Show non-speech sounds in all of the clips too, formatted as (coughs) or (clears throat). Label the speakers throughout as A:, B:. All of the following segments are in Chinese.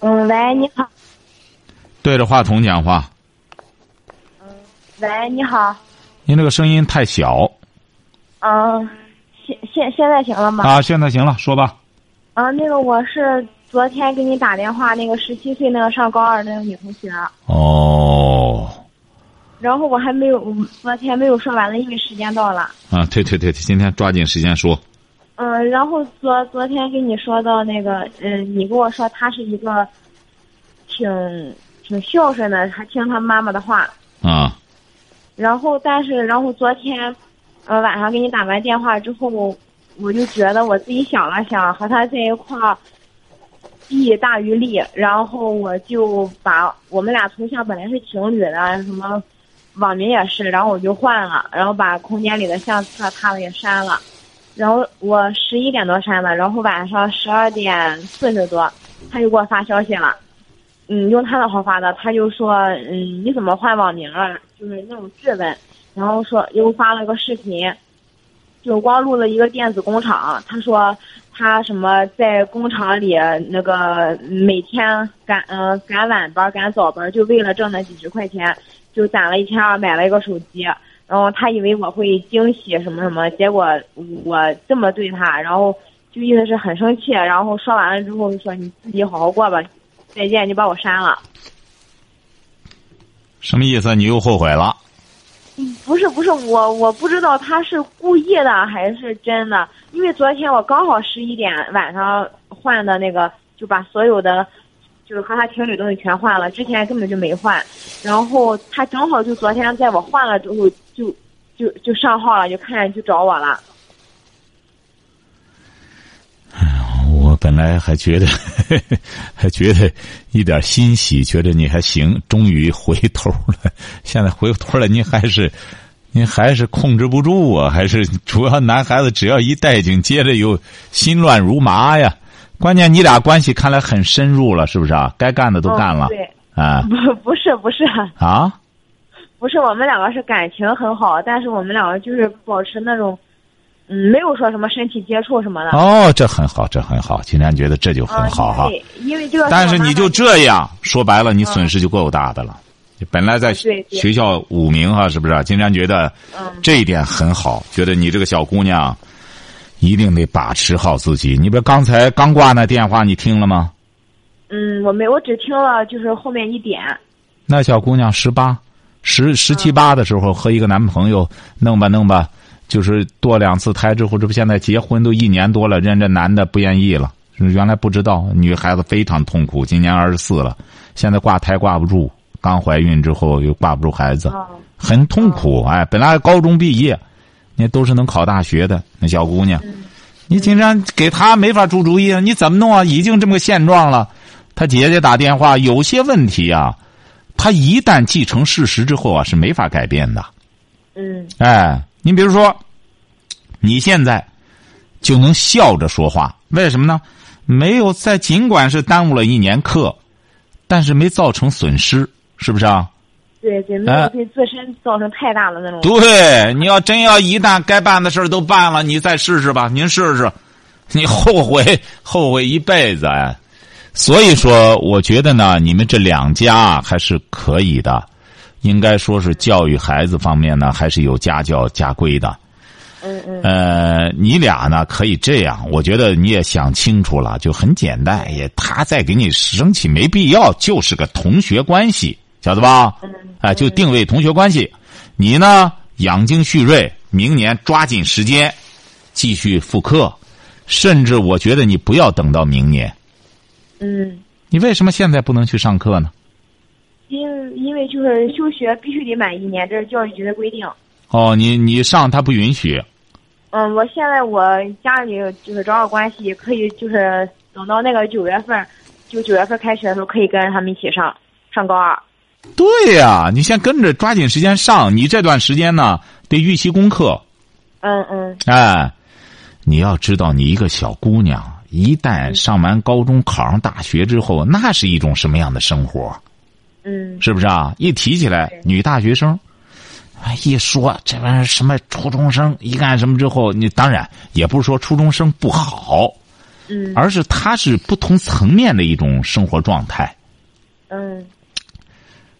A: 嗯，喂，你好。
B: 对着话筒讲话。
A: 嗯，喂，你好。
B: 您这个声音太小。
A: 嗯，现现现在行了吗？
B: 啊，现在行了，说吧。
A: 嗯，那个我是昨天给你打电话，那个十七岁那个上高二那个女同学。
B: 哦。
A: 然后我还没有，昨天没有说完了，因为时间到了。
B: 啊，对对对，今天抓紧时间说。
A: 嗯，然后昨昨天跟你说到那个，嗯，你跟我说他是一个挺挺孝顺的，还听他妈妈的话。
B: 啊。
A: 然后，但是，然后昨天，呃，晚上给你打完电话之后，我我就觉得我自己想了想，和他在一块儿弊大于利，然后我就把我们俩头像本来是情侣的，什么网名也是，然后我就换了，然后把空间里的相册他的也删了。然后我十一点多删的，然后晚上十二点四十多，他就给我发消息了，嗯，用他的号发的，他就说，嗯，你怎么换网名了？就是那种质问，然后说又发了个视频，就光录了一个电子工厂，他说他什么在工厂里那个每天赶嗯、呃、赶晚班赶早班，就为了挣那几十块钱，就攒了一千二买了一个手机。然后他以为我会惊喜什么什么，结果我这么对他，然后就意思是很生气，然后说完了之后就说你自己好好过吧，再见，就把我删了。
B: 什么意思？你又后悔了？
A: 嗯，不是不是，我我不知道他是故意的还是真的，因为昨天我刚好十一点晚上换的那个，就把所有的。就是和他情侣东西全换了，之前根本就没换。然后他正好就昨天在我换了之后，就就就上号了，就看见就找我了。
B: 哎呀，我本来还觉得 (laughs) 呵呵，还觉得一点欣喜，觉得你还行，终于回头了。 (laughs) 现在回头了，您还是，您还是控制不住啊！还是主要男孩子只要一带劲，接着又心乱如麻呀。关键你俩关系看来很深入了，是不是啊？该干的都干了，
A: 哦、对
B: 啊、
A: 嗯，不不是不是
B: 啊，
A: 不是我们两个是感情很好，但是我们两个就是保持那种，嗯，没有说什么身体接触什么的。
B: 哦，这很好，这很好，金山觉得这就很好哈、
A: 嗯。对，因为这个。嗯
B: 但是你就这样说白了，你损失就够大的了。嗯、本来在学校五名哈，是不是、啊？金山觉得
A: 嗯
B: 这一点很好，觉得你这个小姑娘。一定得把持好自己。你不刚才刚挂那电话，你听了吗？
A: 嗯，我没，我只听了就是后面一点。
B: 那小姑娘十八、十十七八的时候，和一个男朋友弄吧弄吧，就是堕两次胎之后，这不现在结婚都一年多了，人这男的不愿意了。原来不知道，女孩子非常痛苦。今年二十四了，现在挂胎挂不住，刚怀孕之后又挂不住孩子，
A: 啊
B: 很痛苦。哎，本来高中毕业。那都是能考大学的那小姑娘，你竟然给她没法出主意了，你怎么弄啊？已经这么个现状了，她姐姐打电话，有些问题啊，她一旦继承事实之后啊，是没法改变的。
A: 嗯，
B: 哎，你比如说，你现在就能笑着说话，为什么呢？没有在，尽管是耽误了一年课，但是没造成损失，是不是啊？
A: 对对，没
B: 哎
A: 有对自身造成太大的那种、呃。
B: 对，你要真要一旦该办的事儿都办了，你再试试吧，您试 (laughs) 试，你后悔后悔一辈子哎。所以说，我觉得呢，你们这两家还是可以的，应该说是教育孩子方面呢，还是有家教家规的。
A: 嗯嗯。
B: 呃，你俩呢可以这样，我觉得你也想清楚了，就很简单，也他再给你生气没必要，就是个同学关系。晓得吧？哎，就定位同学关系。你呢，养精蓄锐，明年抓紧时间继续复课，甚至我觉得你不要等到明年。
A: 嗯。
B: 你为什么现在不能去上课呢？
A: 因因为就是休学必须得满一年，这是教育局的规定。
B: 哦，你你上他不允许。
A: 嗯，我现在我家里就是找找关系，可以就是等到那个九月份。就九月份开学的时候可以跟他们一起上上高二。
B: 对呀、你先跟着抓紧时间上，你这段时间呢得预习功课。
A: 嗯嗯，
B: 哎，你要知道，你一个小姑娘，一旦上完高中，考上大学之后，那是一种什么样的生活？
A: 嗯，
B: 是不是啊？一提起来
A: 是
B: 女大学生，哎，一说这玩意儿什么初中生，一干什么之后，你当然也不是说初中生不好，
A: 嗯
B: 而是它是不同层面的一种生活状态。
A: 嗯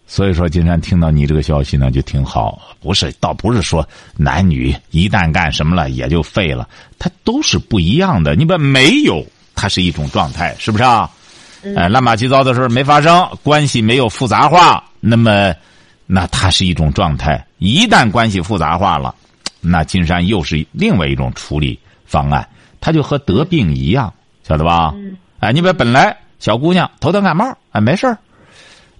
B: 所以说，金山听到你这个消息呢，就挺好。不是，倒不是说男女一旦干什么了也就废了，它都是不一样的。你把没有，它是一种状态，是不是啊？
A: 嗯
B: 哎，乱八七糟的事儿没发生，关系没有复杂化，那么，那它是一种状态。一旦关系复杂化了，那金山又是另外一种处理方案，它就和得病一样，晓得吧？
A: 嗯
B: 哎，你别本来小姑娘头疼感冒，哎，没事儿。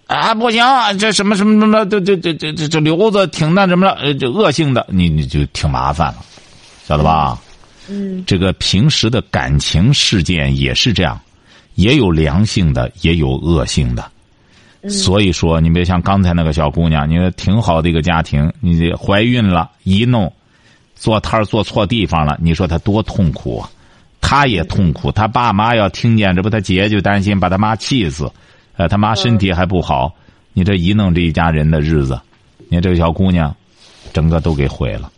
B: 啊，不行，这什么什么什么，这这这这这这瘤子挺那什么了，呃，这恶性的，你你就挺麻烦了，晓得吧？
A: 嗯
B: 这个平时的感情事件也是这样，也有良性的，也有恶性的。所以说，你别像刚才那个小姑娘，你说挺好的一个家庭，你这怀孕了，一弄，坐摊儿坐错地方了，你说她多痛苦啊！她也痛苦，她爸妈要听见，这不她姐就担心把她妈气死，呃，她妈身体还不好，你这一弄这一家人的日子，你看这个小姑娘，整个都给毁了。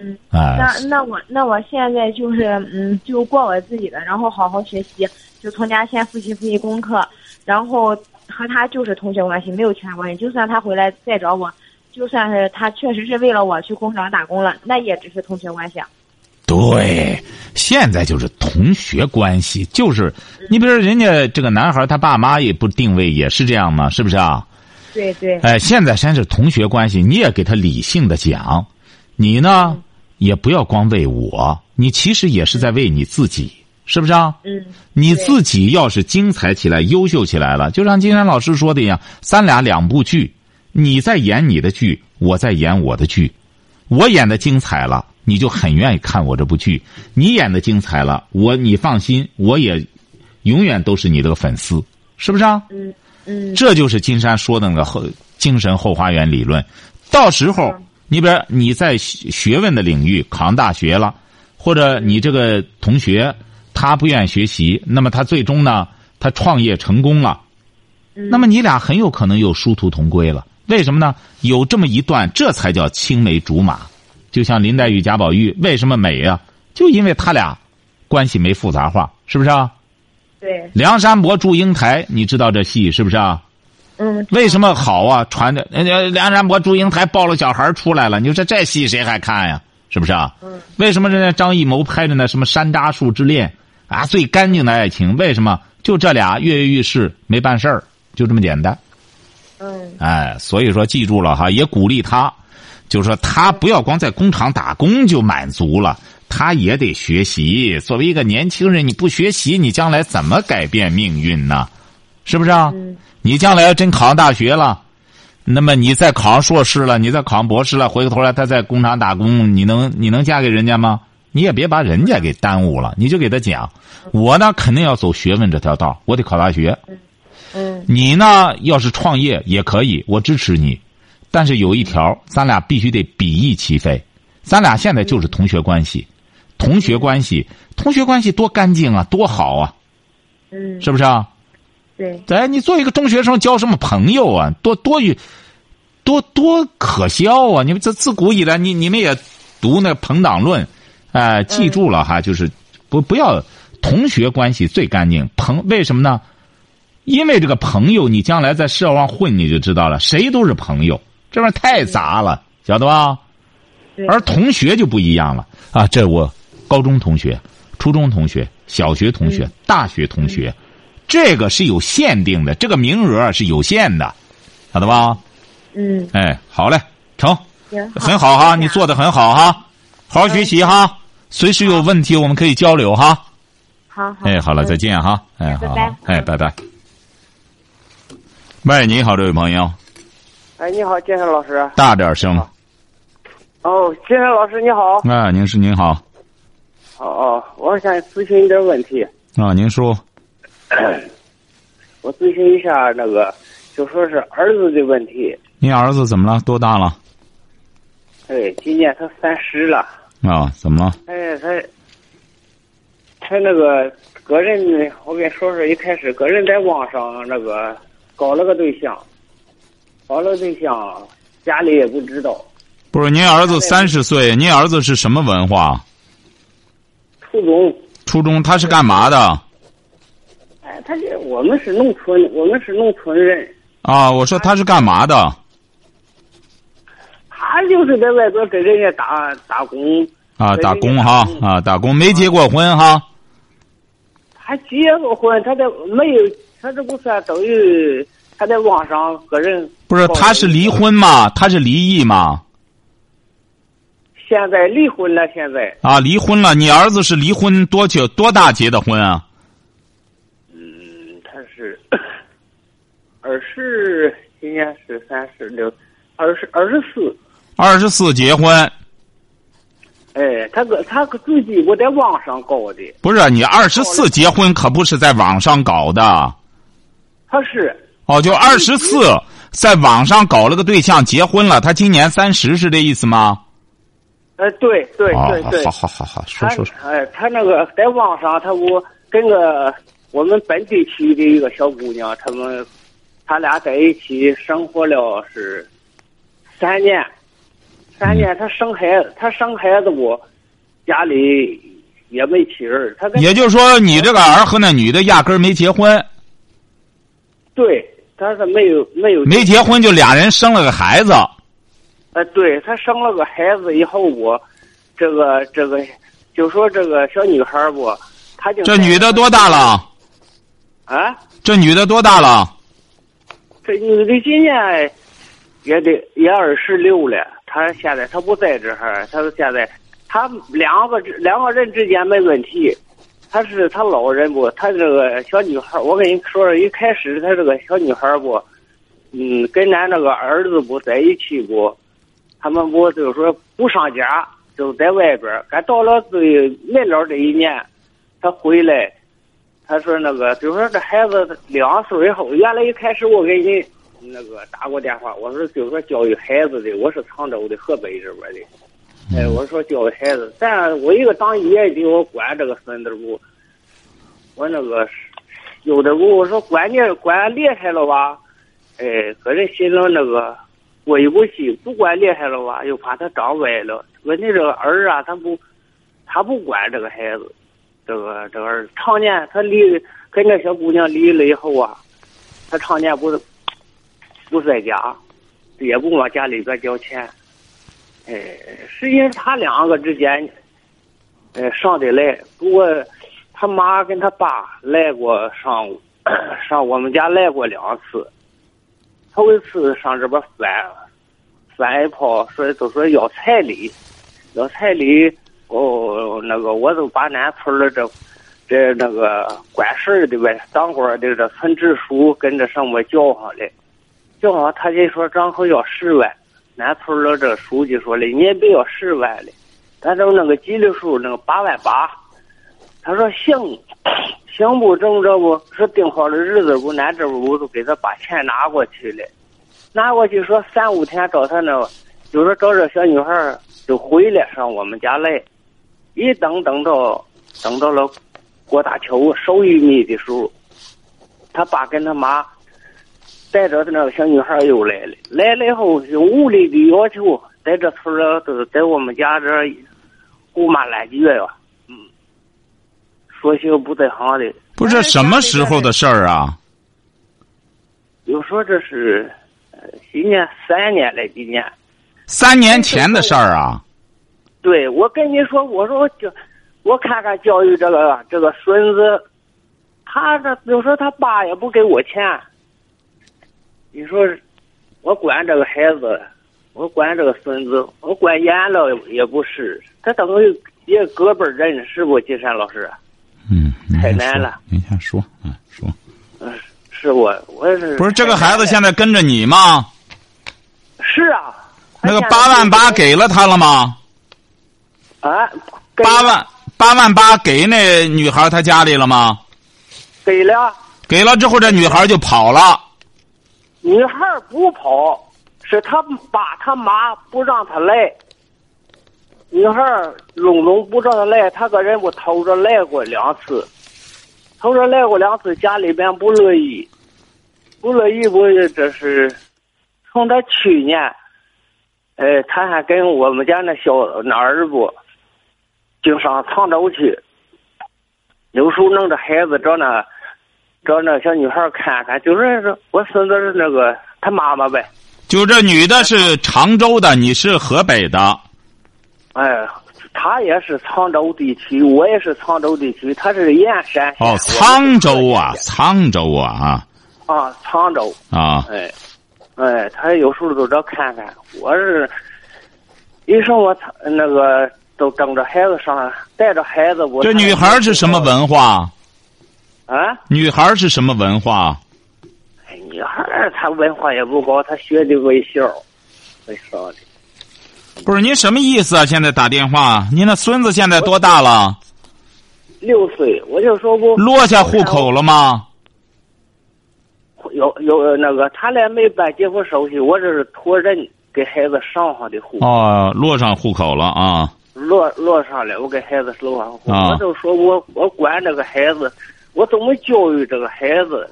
A: 嗯，
B: 哎，
A: 那那我那我现在就是嗯，就过我自己的，然后好好学习，就从家先复习复习功课，然后和他就是同学关系，没有其他关系。就算他回来再找我，就算是他确实是为了我去工厂打工了，那也只是同学关系。啊
B: 对，现在就是同学关系，就是你比如说人家这个男孩儿他爸妈也不定位，也是这样嘛，是不是啊？
A: 对对，
B: 哎，现在先是同学关系，你也给他理性的讲，你呢也不要光为我，你其实也是在为你自己，是不是啊？
A: 嗯
B: 你自己要是精彩起来、优秀起来了，就像金山老师说的一样，三俩两部剧，你在演你的剧，我在演我的剧，我演的精彩了，你就很愿意看我这部剧；你演的精彩了，我你放心，我也永远都是你这个粉丝，是不是啊？
A: 嗯嗯
B: 这就是金山说的那个后精神后花园理论。到时候
A: 嗯，
B: 你比如你在学学问的领域考上大学了，或者你这个同学他不愿意学习，那么他最终呢，他创业成功了，
A: 嗯，
B: 那么你俩很有可能又殊途同归了。为什么呢？有这么一段，这才叫青梅竹马。就像林黛玉、贾宝玉，为什么美呀、就因为他俩关系没复杂化，是不是啊？
A: 对，
B: 梁山伯祝英台，你知道这戏是不是啊？
A: 嗯
B: 为什么好啊？传着人家梁山伯祝英台抱了小孩出来了，你说这戏谁还看呀？是不是啊？
A: 嗯
B: 为什么人家张艺谋拍着那什么《山楂树之恋》啊，最干净的爱情？为什么就这俩跃跃欲试没办事儿？就这么简单。
A: 嗯
B: 哎，所以说记住了哈，也鼓励他，就是说他不要光在工厂打工就满足了，他也得学习。作为一个年轻人，你不学习，你将来怎么改变命运呢？是不是啊？
A: 嗯
B: 你将来要真考上大学了，那么你再考上硕士了，你再考上博士了，回过头来他在工厂打工，你能你能嫁给人家吗？你也别把人家给耽误了，你就给他讲，我呢肯定要走学问这条道，我得考大学。
A: 嗯
B: 你呢要是创业也可以，我支持你，但是有一条，咱俩必须得比翼齐飞。咱俩现在就是同学关系，同学关系，同学关系多干净啊，多好啊，
A: 嗯，
B: 是不是啊？
A: 对，
B: 哎，你做一个中学生，交什么朋友啊？多多与多多可笑啊！你们这自古以来，你你们也读那《朋党论》，哎，记住了哈，就是不不要同学关系最干净。朋为什么呢？因为这个朋友，你将来在社会上混，你就知道了，谁都是朋友，这玩意儿太杂了，晓得吧？
A: 对
B: 而同学就不一样了啊！这我高中同学、初中同学、小学同学、大学同学，这个是有限定的，这个名额啊是有限的，晓得吧？
A: 嗯
B: 哎，好嘞，成，
A: 行，
B: 很好哈，
A: 谢谢啊
B: 你做的很好哈，好好学习哈，随时有问题我们可以交流哈。
A: 好好，
B: 哎，好了，
A: 嗯
B: 再见哈，哎，
A: 拜
B: 好
A: 拜，
B: 哎，拜拜。喂，你好，这位朋友，
C: 哎，你好，建山老师。
B: 大点声
C: 哦，建山老师你好。
B: 啊！您是您好
C: 哦哦，我想咨询一点问题。 (clears throat)
B: 啊，您说，
C: 我咨询一下那个，就说是儿子的问题。
B: 你儿子怎么了？多大了？
C: 哎，今年他三十了，
B: 啊、怎么了？
C: 哎，他他那个个人，我跟你说说，一开始个人在网上那个搞了个对象，搞了对象，家里也不知道，
B: 不是您儿子三十岁，您儿子是什么文化？
C: 初中，
B: 初中他是干嘛的？
C: 哎，他是我们是农村，我们是农村人，
B: 啊，我说他是干嘛的？
C: 他就是在外边给人家打打工，
B: 啊，
C: 对
B: 打工哈
C: 那个，
B: 啊，打工没结过婚哈，
C: 他结过婚，他在没有，他这不算等于他在网上个人
B: 不是他是离，婚嘛？他是离异嘛？
C: 现在离婚了，现在
B: 啊，离婚了。你儿子是离婚多久多大结的婚啊？
C: 嗯，他是二十，今年是三十六，二十二十四。
B: 二十四结婚，
C: 哎，他个他个自己我在网上搞的，
B: 不是你二十四结婚可不是在网上搞的
C: 他是
B: 哦，就二十四在网上搞了个对象结婚了，他今年三十是这意思吗？
C: 呃，对对
B: 哦
C: 对对，
B: 好好好好，说
C: 他
B: 说说，
C: 哎，他那个在网上，他我跟个我们本地区的一个小姑娘，他们他俩在一起生活了是三年，
B: 嗯
C: 三年他生孩子，他生孩子我家里也没亲人，他跟
B: 也就是说你这个儿和那女的压根儿没结婚，
C: 对，他是没有没有
B: 没结婚就俩人生了个孩子，
C: 呃，对他生了个孩子以后，我这个这个就说这个小女孩儿不，她就
B: 这女的多大了？
C: 啊？
B: 这女的多大了？
C: 这女的今年也得也二十六了，她现在她不在这儿，她现在她两个之两个人之间没问题，她是她老人不？她这个小女孩儿，我跟你说说，一开始她这个小女孩儿不，嗯，跟咱这个儿子不在一起不，他们不就是说不上家，就在外边儿。俺到了最没了这一年，她回来。他说那个，比如说这孩子两岁以后，原来一开始我给你那个打过电话，我说就说教育孩子的，我是沧州的，河北这边的，哎，我说教育孩子，但我一个当爷爷的，我管这个孙子不，我那个有的不，我说管你管厉害了吧，哎，可是心中那个过意不去，不管厉害了吧，又怕他长歪了，问题这个儿啊，他不，他不管这个孩子。这个这个儿子常年他离跟这小姑娘离了以后啊，他常年不是不在家，也不往家里边交钱。哎，实际上他两个之间，呃，上得来。不过他妈跟他爸来过上 (clears throat) 上我们家来过两次，头一次上这边翻翻一炮，说都说要彩礼，要彩礼。哦，那个我都把俺村儿的这这那个管事儿的呗，当官儿的这村支书跟这上面叫上来，叫上他就说张口要十万，俺村儿的这书记说了，你也别要十万了，咱整那个吉利数那个八万八，他说 (coughs) 行，行不中这不说定好了日子不，俺这不我都给他把钱拿过去了，拿过去说三五天找他那个，就说找这小女孩儿就回来上我们家来。一等等到等到了过大桥收玉米的时候，他爸跟他妈带着那个小女孩又来了，来了以后有无理的要求，在这村儿啊，都在我们家这儿姑妈来几月呀、嗯，说些不在行的，
B: 不是这什么时候的事儿啊？
C: 有说这是呃今年三年了，今年。
B: 三年前的事儿啊！
C: 对，我跟你说，我说就我看看教育这个这个孙子，他这有时候他爸也不给我钱，你说我管这个孩子，我管这个孙子，我管严了也不是，他等于一个隔辈儿人，是不？金山老师，啊
B: 嗯，您先
C: 太难
B: 说
C: 了。
B: 您先说，嗯，说
C: 嗯，是我，我是
B: 不是这个孩子现在跟着你吗？
C: 是啊，
B: 那个八万八给了他了吗？
C: 啊，给
B: 八万八万八给那女孩她家里了吗？
C: 给了，
B: 给了之后，这女孩就跑了。
C: 女孩不跑，是他爸他妈不让他来。女孩拢拢不让他来，他个人我偷着来过两次，偷着来过两次，家里边不乐意，不乐意我这是从他去年，呃，他还跟我们家那小那儿子，经上沧州去，有时候弄着孩子找那找那小女孩看看，就是我孙子是那个他妈妈呗。
B: 就这女的是常州的，你是河北的。
C: 哎，他也是沧州地区，我也是沧州地区，他是燕山。
B: 哦，沧州啊，沧州啊
C: 啊！啊，沧州
B: 啊！
C: 哎，哎，他有时候都这看看，我是，一说我那个都等着孩子上，带着孩子我。
B: 这女孩是什么文化？
C: 啊？
B: 女孩是什么文化？
C: 哎、女孩她文化也不高，她学的微笑，微笑的。
B: 不是您什么意思啊？现在打电话，您那孙子现在多大了？
C: 六岁，我就说不
B: 落下户口了吗？
C: 有有那个，他俩没办结婚手续，我这是托人给孩子上上的户口。
B: 哦，落上户口了啊！
C: 落落上了，我给孩子落上户口。
B: 啊、
C: 我就说我我管这个孩子，我怎么教育这个孩子？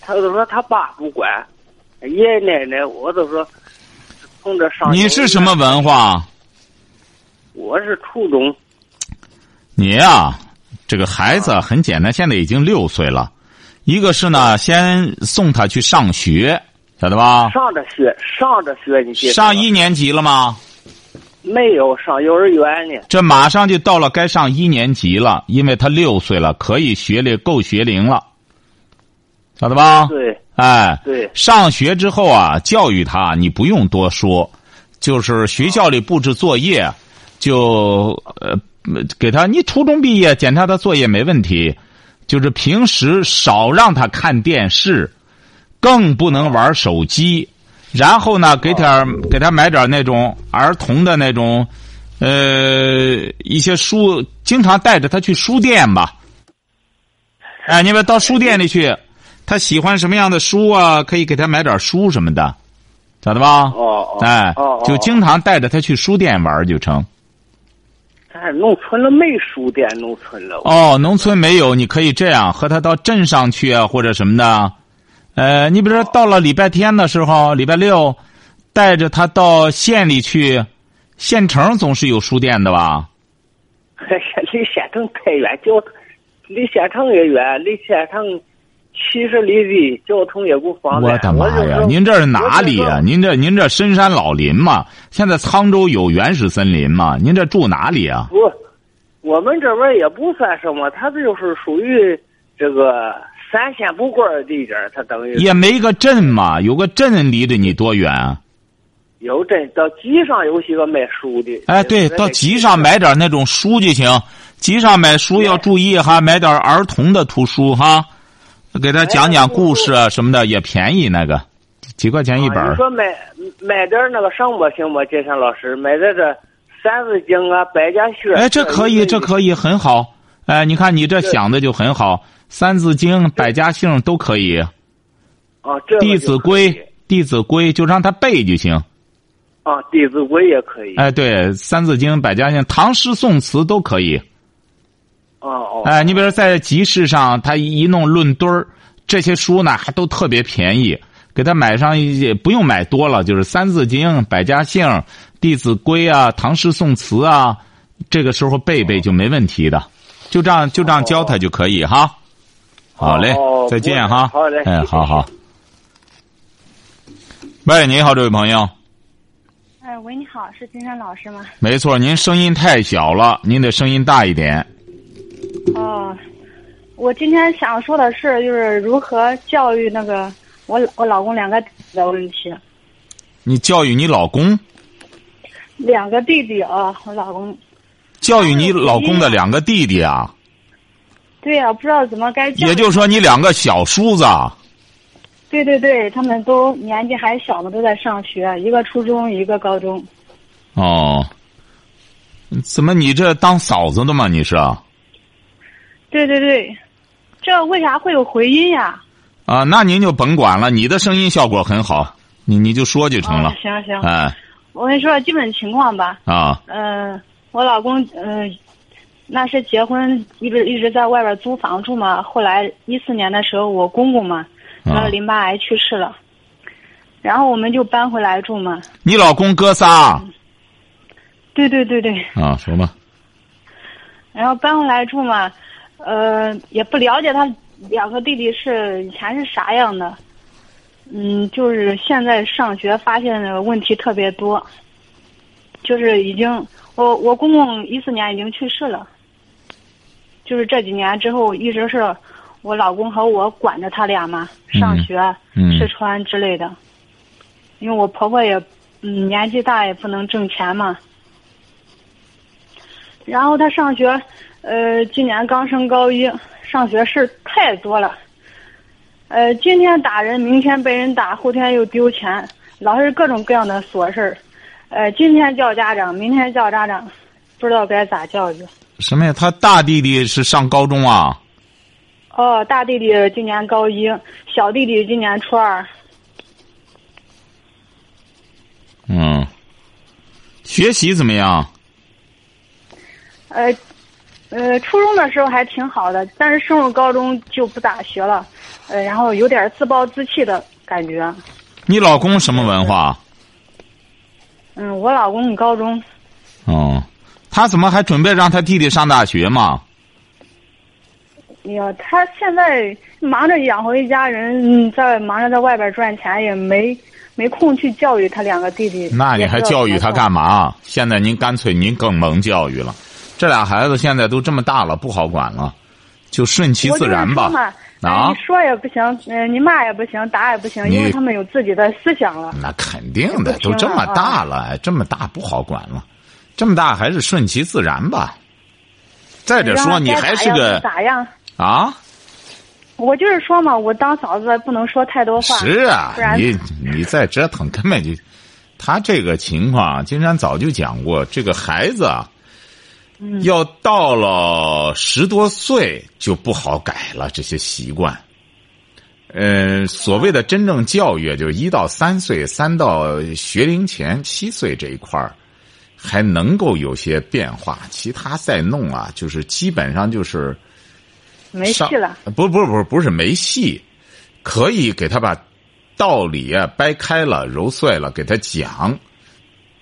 C: 他就说他爸不管，爷爷奶奶，我就说。啊
B: 你是什么文化？
C: 我是初中。
B: 你呀、啊，这个孩子很简单，现在已经六岁了。一个是呢，先送他去上学，晓得吧？
C: 上着学，上着学，你
B: 上一年级了吗？
C: 没有，上幼儿园呢。
B: 这马上就到了该上一年级了，因为他六岁了，可以学历够学龄了，晓得吧？
C: 对。
B: 哎，
C: 对，
B: 上学之后啊，教育他，你不用多说，就是学校里布置作业，就呃给他，你初中毕业检查他作业没问题，就是平时少让他看电视，更不能玩手机，然后呢，给
C: 啊
B: 点给他买点那种儿童的那种，呃，一些书，经常带着他去书店吧，哎，你们到书店里去。他喜欢什么样的书啊？可以给他买点书什么的，晓得吧？
C: 哦哦，
B: 哎，
C: 哦、
B: 就经常带着他去书店玩就成。
C: 哎，农村了没书店，农村了。
B: 哦，农村没有，你可以这样和他到镇上去啊，或者什么的。呃，你比如说到了礼拜天的时候，礼拜六，带着他到县里去，县城总是有书店的吧？
C: (laughs) 离县城太远，就离县城也远，离县城。七十里地，交通也不方便。
B: 我的妈呀！您这是哪里呀、啊？您这您这深山老林嘛？现在沧州有原始森林嘛？您这住哪里啊？
C: 不，我们这边也不算什么，它这就是属于这个三线不过的地界它等于
B: 也没个镇嘛。有个镇离着你多远？
C: 有镇到集上有些个卖书的。
B: 哎，对，到集上买点那种书就行。集上买书要注意哈，买点儿童的图书哈。给他讲讲故事啊什么的也便宜，那个几块钱一本。
C: 啊你说买买点那个什么行吗？金山老师买点这三字经啊、百家姓。
B: 哎，这可以，这可以，很好。哎，你看你这想的就很好，三字经、百家姓都可以。
C: 啊，这。
B: 弟子规，弟子规就让他背就行。
C: 啊，弟子规也可以。
B: 哎，对，三字经、百家姓、唐诗宋词都可以。
C: 哦哦，
B: 哎、呃，你比如说在集市上，他一弄论堆儿，这些书呢还都特别便宜，给他买上一不用买多了，就是《三字经》《百家姓》《弟子规》啊，《唐诗宋词》啊，这个时候背背就没问题的，就这样就这样教他就可以哈。好嘞，再见哈。
C: 哦好嘞，
B: 哎，好好。喂，你好，这位朋友。
D: 哎，喂，你好，是金山老师吗？
B: 没错，您声音太小了，您得声音大一点。
D: 哦，我今天想说的是，就是如何教育那个我我老公两个的问题。
B: 你教育你老公？
D: 两个弟弟啊，我老公。
B: 教育你老公的两个弟弟
D: 啊？对呀、啊，不知道怎么该教。
B: 也就是说，你两个小叔子。啊
D: 对对对，他们都年纪还小嘛，都在上学，一个初中，一个高中。
B: 哦，啊怎么你这当嫂子的吗？你是？
D: 对对对，
A: 这为啥会有回音呀？
B: 啊，那您就甭管了，你的声音效果很好，你你就说就成了
A: 哦。行行，
B: 哎
A: 我跟你说基本情况吧。
B: 啊
A: 嗯、
D: 呃
A: 我老公嗯、那是结婚一直一直在外边租房住嘛。后来一四年的时候，我公公嘛得
B: 啊
A: 了！淋巴癌去世了，然后我们就搬回来住嘛。
B: 你老公哥仨
A: 对对对对，
B: 啊，说吧
A: 然后搬回来住嘛，呃，也不了解他两个弟弟是以前是啥样的，嗯，就是现在上学发现的问题特别多，就是已经我我公公一四年已经去世了，就是这几年之后一直是我老公和我管着他俩嘛，上
B: 嗯
A: 学、
B: 嗯
A: 吃穿之类的，因为我婆婆也嗯年纪大也不能挣钱嘛，然后他上学，呃，今年刚升高一，上学事儿太多了。呃，今天打人，明天被人打，后天又丢钱，老是各种各样的琐事儿。呃，今天叫家长，明天叫家长，不知道该咋教育。
B: 什么呀？他大弟弟是上高中啊？
A: 哦，大弟弟今年高一，小弟弟今年初二。
B: 嗯，学习怎么样？
A: 呃，呃，初中的时候还挺好的，但是升入高中就不咋学了，呃，然后有点自暴自弃的感觉。
B: 你老公什么文化？
A: 嗯，我老公高中
B: 哦，他怎么还准备让他弟弟上大学嘛？
A: 哎呀，他现在忙着养活一家人，嗯在忙着在外边赚钱，也没没空去教育他两个弟弟。
B: 那你还教育他干
A: 嘛？
B: 嘛？现在您干脆您更甭教育了，这俩孩子现在都这么大了，不好管了，就顺其自然
A: 我就是说
B: 吧。
A: 嘛哎
B: 啊
A: 你说也不行，嗯、你骂也不行，打也不行，
B: 你
A: 因为他们有自己的思想了。
B: 那肯定的，
A: 不
B: 都
A: 听了
B: 这么大了，哎这么大不好管了，这么大还是顺其自然吧。再者说，
A: 让
B: 你
A: 哎他该
B: 还是个
A: 咋样就咋样？
B: 啊，
A: 我就是说嘛，我当嫂子不能说太多话。
B: 是啊
A: 不，然
B: 你你再折腾，根本就他这个情况，啊金山早就讲过，这个孩子啊，
A: 嗯
B: 要到了十多岁就不好改了这些习惯。呃，所谓的真正教育，就一到三岁，三到学龄前七岁这一块儿，还能够有些变化。其他再弄啊，就是基本上就是
A: 没戏了。
B: 上。不不不，不是没戏，可以给他把道理啊掰开了、揉碎了给他讲，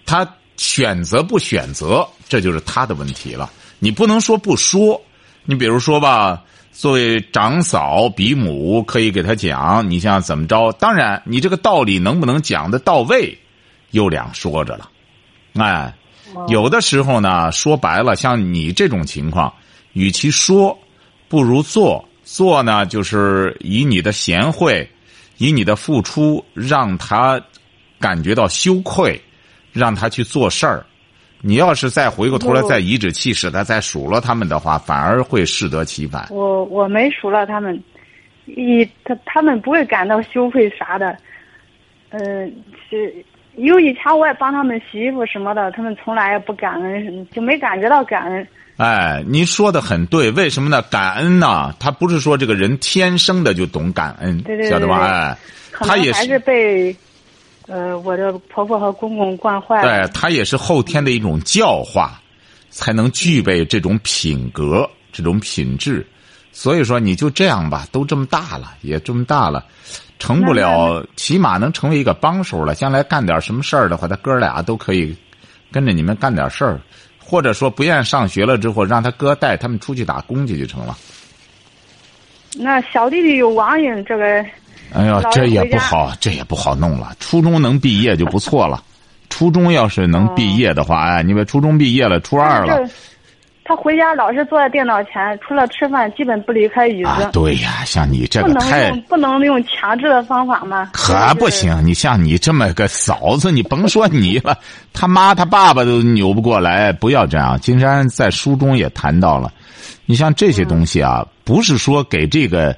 B: 他选择不选择，这就是他的问题了。你不能说不说，你比如说吧，作为长嫂、比母，可以给他讲，你像怎么着？当然，你这个道理能不能讲得到位，又两说着了。哎，有的时候呢，说白了，像你这种情况，与其说，不如做。做呢，就是以你的贤惠，以你的付出，让他感觉到羞愧，让他去做事儿。你要是再回过头来
A: 不
B: 再颐指气使的再数落他们的话，反而会适得其反。
A: 我我没数落他们，一他他们不会感到羞愧啥的，呃，是因为以前我也帮他们洗衣服什么的，他们从来也不感恩，就没感觉到感恩。
B: 哎，您说的很对，为什么呢？感恩呐、他不是说这个人天生的就懂感恩，
A: 对对
B: 晓得吧？
A: 对对
B: 哎，
A: 可
B: 他
A: 能
B: 也
A: 还
B: 是
A: 是被，呃，我的婆婆和公公惯坏了
B: 对。他也是后天的一种教化，才能具备这种品格、这种品质。所以说，你就这样吧，都这么大了，也这么大了，成不了，起码能成为一个帮手了。将来干点什么事儿的话，他哥俩都可以跟着你们干点事儿，或者说不愿上学了之后，让他哥带他们出去打工去就成了。
A: 那小弟弟有网瘾，这个
B: 哎呀
A: 老，
B: 这
A: 人
B: 也
A: 回
B: 不
A: 家
B: 好，这也不好弄了。初中能毕业就不错了，初中要是能毕业的话，哎，你别初中毕业了，初二了，
A: 这他回家老是坐在电脑前，除了吃饭，基本不离开椅子。
B: 啊，对呀，像你这
A: 不
B: 个
A: 能
B: 太
A: 用不能用强制的方法吗？
B: 可不
A: 就是
B: 行，你像你这么个嫂子，你甭说你了，他妈他爸爸都扭不过来，不要这样。金山在书中也谈到了，你像这些东西啊，不是说给这个，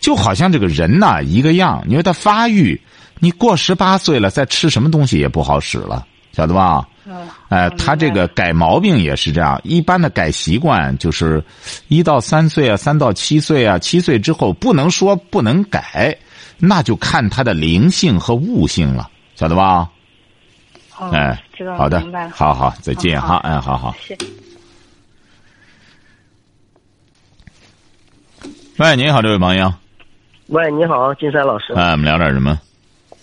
B: 就好像这个人呐、一个样，因为他发育，你过十八岁了，再吃什么东西也不好使了。晓得吧？
A: 嗯，
B: 哎，
A: 我
B: 他
A: 明白
B: 这个改毛病也是这样，一般的改习惯就是一到三岁啊，三到七岁啊，七岁之后不能说不能改，那就看他的灵性和悟性了，晓得吧？
A: 哦
B: 哎
A: 知道，了
B: 好的
A: 明白，了，
B: 好好，再见
A: 好
B: 哈，
A: 好
B: 哎，好好。
A: 谢。
B: 喂，你好，这位朋友，
C: 喂，你好，金山老师。
B: 哎，我们聊点什么？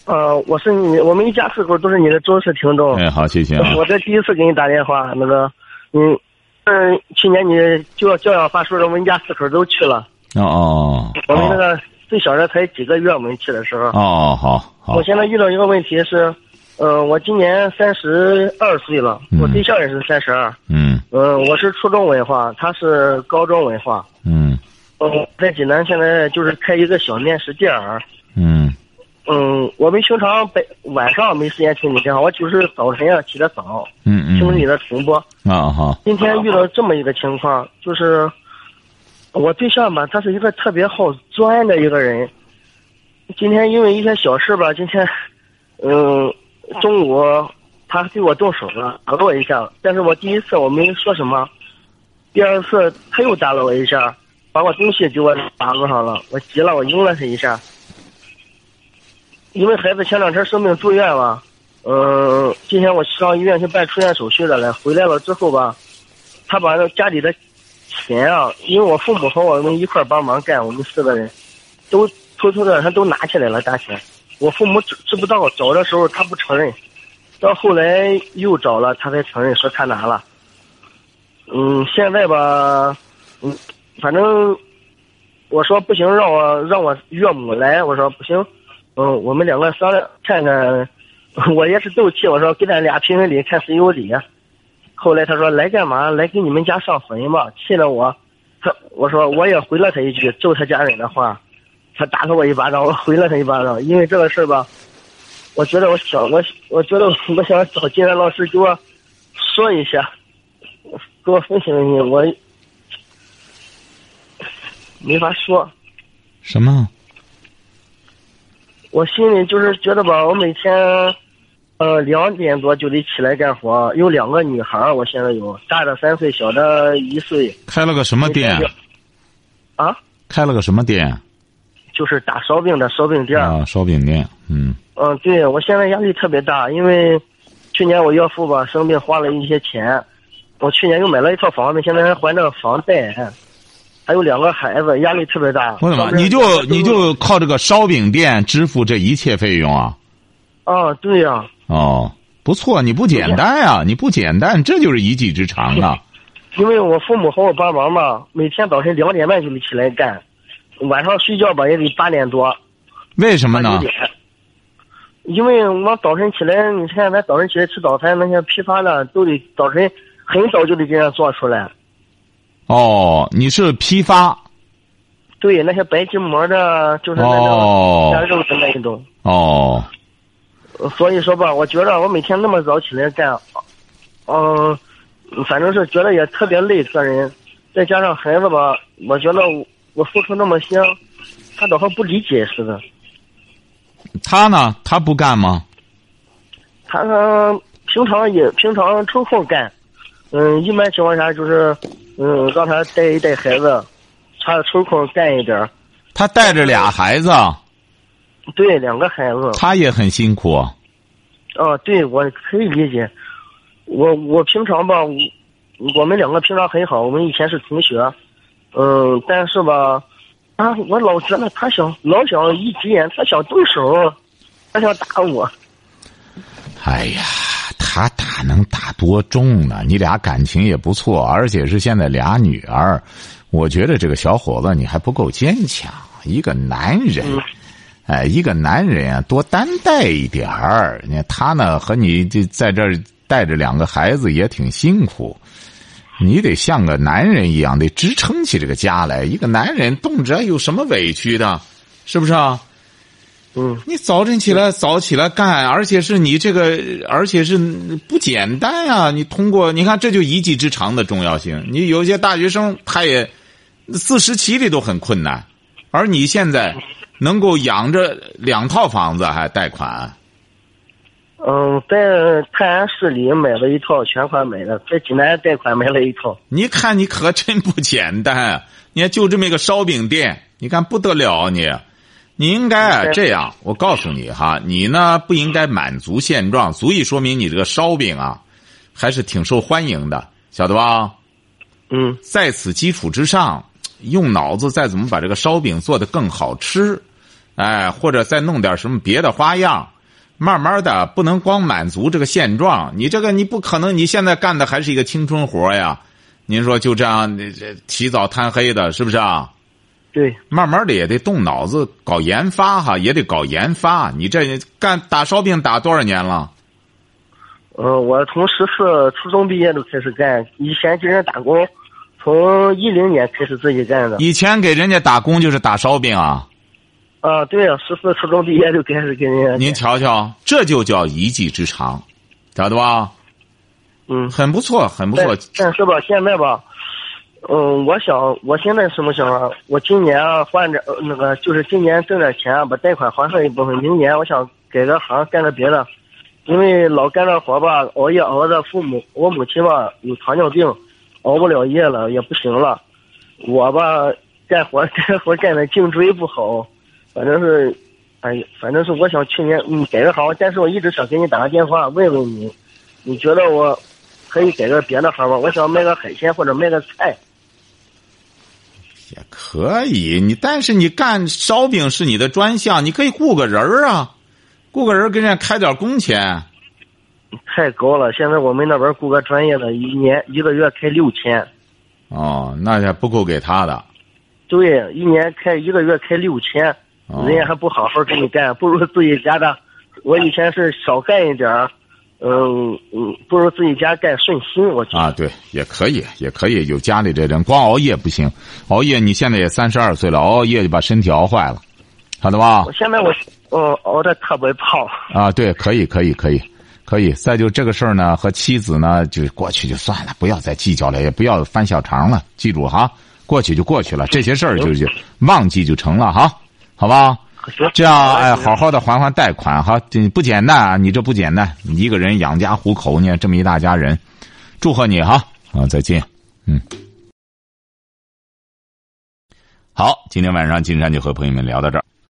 C: 呃，我是你，我们一家四口都是你的忠实听众。
B: 哎，好，谢谢啊。
C: 哦我这第一次给你打电话，那个，嗯嗯，去年你教教养发书了，我们一家四口都去了。
B: 哦哦
C: 我们那
B: 哦
C: 个最小的才几个月，我们去的时候。
B: 哦，好好
C: 我，现在遇到一个问题是，呃，我今年三十二岁了，
B: 嗯
C: 我对象也是三十二。
B: 嗯
C: 嗯，我是初中文化，他是高中文化。
B: 嗯
C: 嗯，在济南现在就是开一个小面食店儿。
B: 嗯
C: 嗯，我们平常白晚上没时间听你电话，我就是早晨呀起得早
B: 嗯
C: 听你
B: 嗯，
C: 的重播。
B: 啊好，
C: 今天遇到这么一个情况，就是我对象吧，他是一个特别好钻的一个人。今天因为一些小事吧，今天嗯中午他对我动手了，打了我一下，但是我第一次我没说什么，第二次他又打了我一下，把我东西给我打路上了，我急了，我扔了他一下。因为孩子前两天生病住院了，嗯，今天我上医院去办出院手续的了，回来了之后吧，他把那家里的钱啊，因为我父母和我们一块儿帮忙干，我们四个人都偷偷的，他都拿起来了大钱。我父母知知不道，找的时候他不承认，到后来又找了，他才承认说他拿了。嗯，现在吧，嗯，反正我说不行，让我让我岳母来，我说不行，嗯，我们两个商量看看， (laughs) 我也是斗气，我说给咱俩评评理，看谁有理。啊后来他说来干嘛？来给你们家上坟吧，气得我，他我说我也回了他一句，咒他家人的话，他打了我一巴掌，我回了他一巴掌，因为这个事儿吧，我觉得我想我我觉得我想找金山老师给我说一下，给我分析分析，我没法说。
B: 什么？
C: 我心里就是觉得吧，我每天，呃，两点多就得起来干活。有两个女孩儿，我现在有大的三岁，小的一岁。
B: 开了个什么店？
C: 哎啊，
B: 开了个什么店？
C: 就是打烧饼的烧饼店儿。
B: 啊，烧饼店。嗯
C: 嗯，对我现在压力特别大，因为去年我岳父吧生病花了一些钱，我去年又买了一套房子，现在还还着房贷，还有两个孩子，压力特别大。
B: 我的妈！
C: 上班
B: 你就
C: 都
B: 你就靠这个烧饼店支付这一切费用啊？
C: 啊，对呀、
B: 哦，不错，你不简单呀、你不简单，这就是一技之长 (laughs) 啊！
C: 因为我父母和我帮忙嘛，每天早晨两点半就得起来干，晚上睡觉吧也得八点多
B: 为什么
C: 八九
B: 呢？
C: 点。因为我早晨起来，你看咱早晨起来吃早餐，那些批发的都得早晨很早就得给人家做出来。
B: 哦，你是批发
C: 对，那些白吉馍的，就是那种
B: 哦
C: 加肉的那一种。
B: 哦，
C: 所以说吧，我觉得我每天那么早起来干，嗯，反正是觉得也特别累，个人，再加上孩子吧，我觉得我我付出那么些，他倒和不理解似的。
B: 他呢？他不干吗？
C: 他呢平常也平常抽空干，嗯，一般情况下就是，嗯，让他带一带孩子，他抽空干一点儿。
B: 他带着俩孩子，
C: 对，两个孩子，
B: 他也很辛苦。
C: 啊，对，我可以理解。我我平常吧，我我们两个平常很好，我们以前是同学，嗯，但是吧，啊，我老觉得他想老想一急眼，他想动手，他想打我。
B: 哎呀，他打能打多重呢？你俩感情也不错，而且是现在俩女儿，我觉得这个小伙子你还不够坚强。一个男人，哎，一个男人啊，多担待一点儿。你看他呢，和你这在这儿带着两个孩子也挺辛苦。你得像个男人一样，得支撑起这个家来。一个男人动辄有什么委屈的，是不是啊？
C: 嗯，
B: 你早晨起来早起来干，而且是你这个，而且是不简单啊！你通过你看，这就一技之长的重要性。你有些大学生他也自食其力都很困难，而你现在能够养着两套房子还贷款，
C: 嗯，在泰安市里买了一套，全款买的，在济南贷款买了一套。
B: 你看你可真不简单，你看就这么一个烧饼店，你看不得了你。你应该啊这样，我告诉你哈，你呢不应该满足现状，足以说明你这个烧饼啊，还是挺受欢迎的，晓得吧？
C: 嗯，
B: 在此基础之上，用脑子再怎么把这个烧饼做得更好吃，哎，或者再弄点什么别的花样，慢慢的不能光满足这个现状，你这个你不可能，你现在干的还是一个青春活呀，您说就这样，这起早贪黑的，是不是啊？
C: 对，
B: 慢慢的也得动脑子搞研发哈，也得搞研发。你这干打烧饼打多少年了？
C: 呃，我从十四初中毕业就开始干，以前给人打工，从一零年开始自己干的。
B: 以前给人家打工就是打烧饼啊。
C: 啊，对啊，十四初中毕业就开始给人家。
B: 您瞧瞧，这就叫一技之长，晓得吧？
C: 嗯，
B: 很不错，很不错。
C: 但是吧，现在吧。嗯，我想我现在什么情况？我今年啊换点、呃、那个，就是今年挣点钱、啊，把贷款还上一部分。明年我想改个行，干个别的，因为老干这活吧，熬夜熬的父母，我母亲吧有糖尿病，熬不了夜了，也不行了。我吧干活 (laughs) 干活干的颈椎不好，反正是，哎呀，反正是我想去年嗯改个行，但是我一直想给你打个电话问问你，你觉得我可以改个别的行吗？我想卖个海鲜或者卖个菜。
B: 也可以，你但是你干烧饼是你的专项，你可以雇个人儿啊，雇个人儿给人家开点工钱。
C: 太高了，现在我们那边雇个专业的，一年一个月开六千。
B: 哦，那也不够给他的。
C: 对，一年开一个月开六千，
B: 哦、
C: 人家还不好好给你干，不如自己家的。我以前是少干一点儿，嗯嗯，不如自己家干顺心，我觉得。
B: 啊，对，也可以，也可以。有家里这人，光熬夜不行，熬夜你现在也三十二岁了，熬夜就把身体熬坏了，晓得吧？
C: 我现在我呃熬的特别胖。
B: 啊，对，可以，可以，可以，可以。再就这个事儿呢，和妻子呢，就过去就算了，不要再计较了，也不要翻小肠了。记住哈，过去就过去了，这些事儿就就忘记就成了哈，好吧？这样哎，好好的还还贷款哈，这不简单啊！你这不简单，你一个人养家糊口呢，这么一大家人，祝贺你哈！啊，再见，嗯。好，今天晚上金山就和朋友们聊到这儿。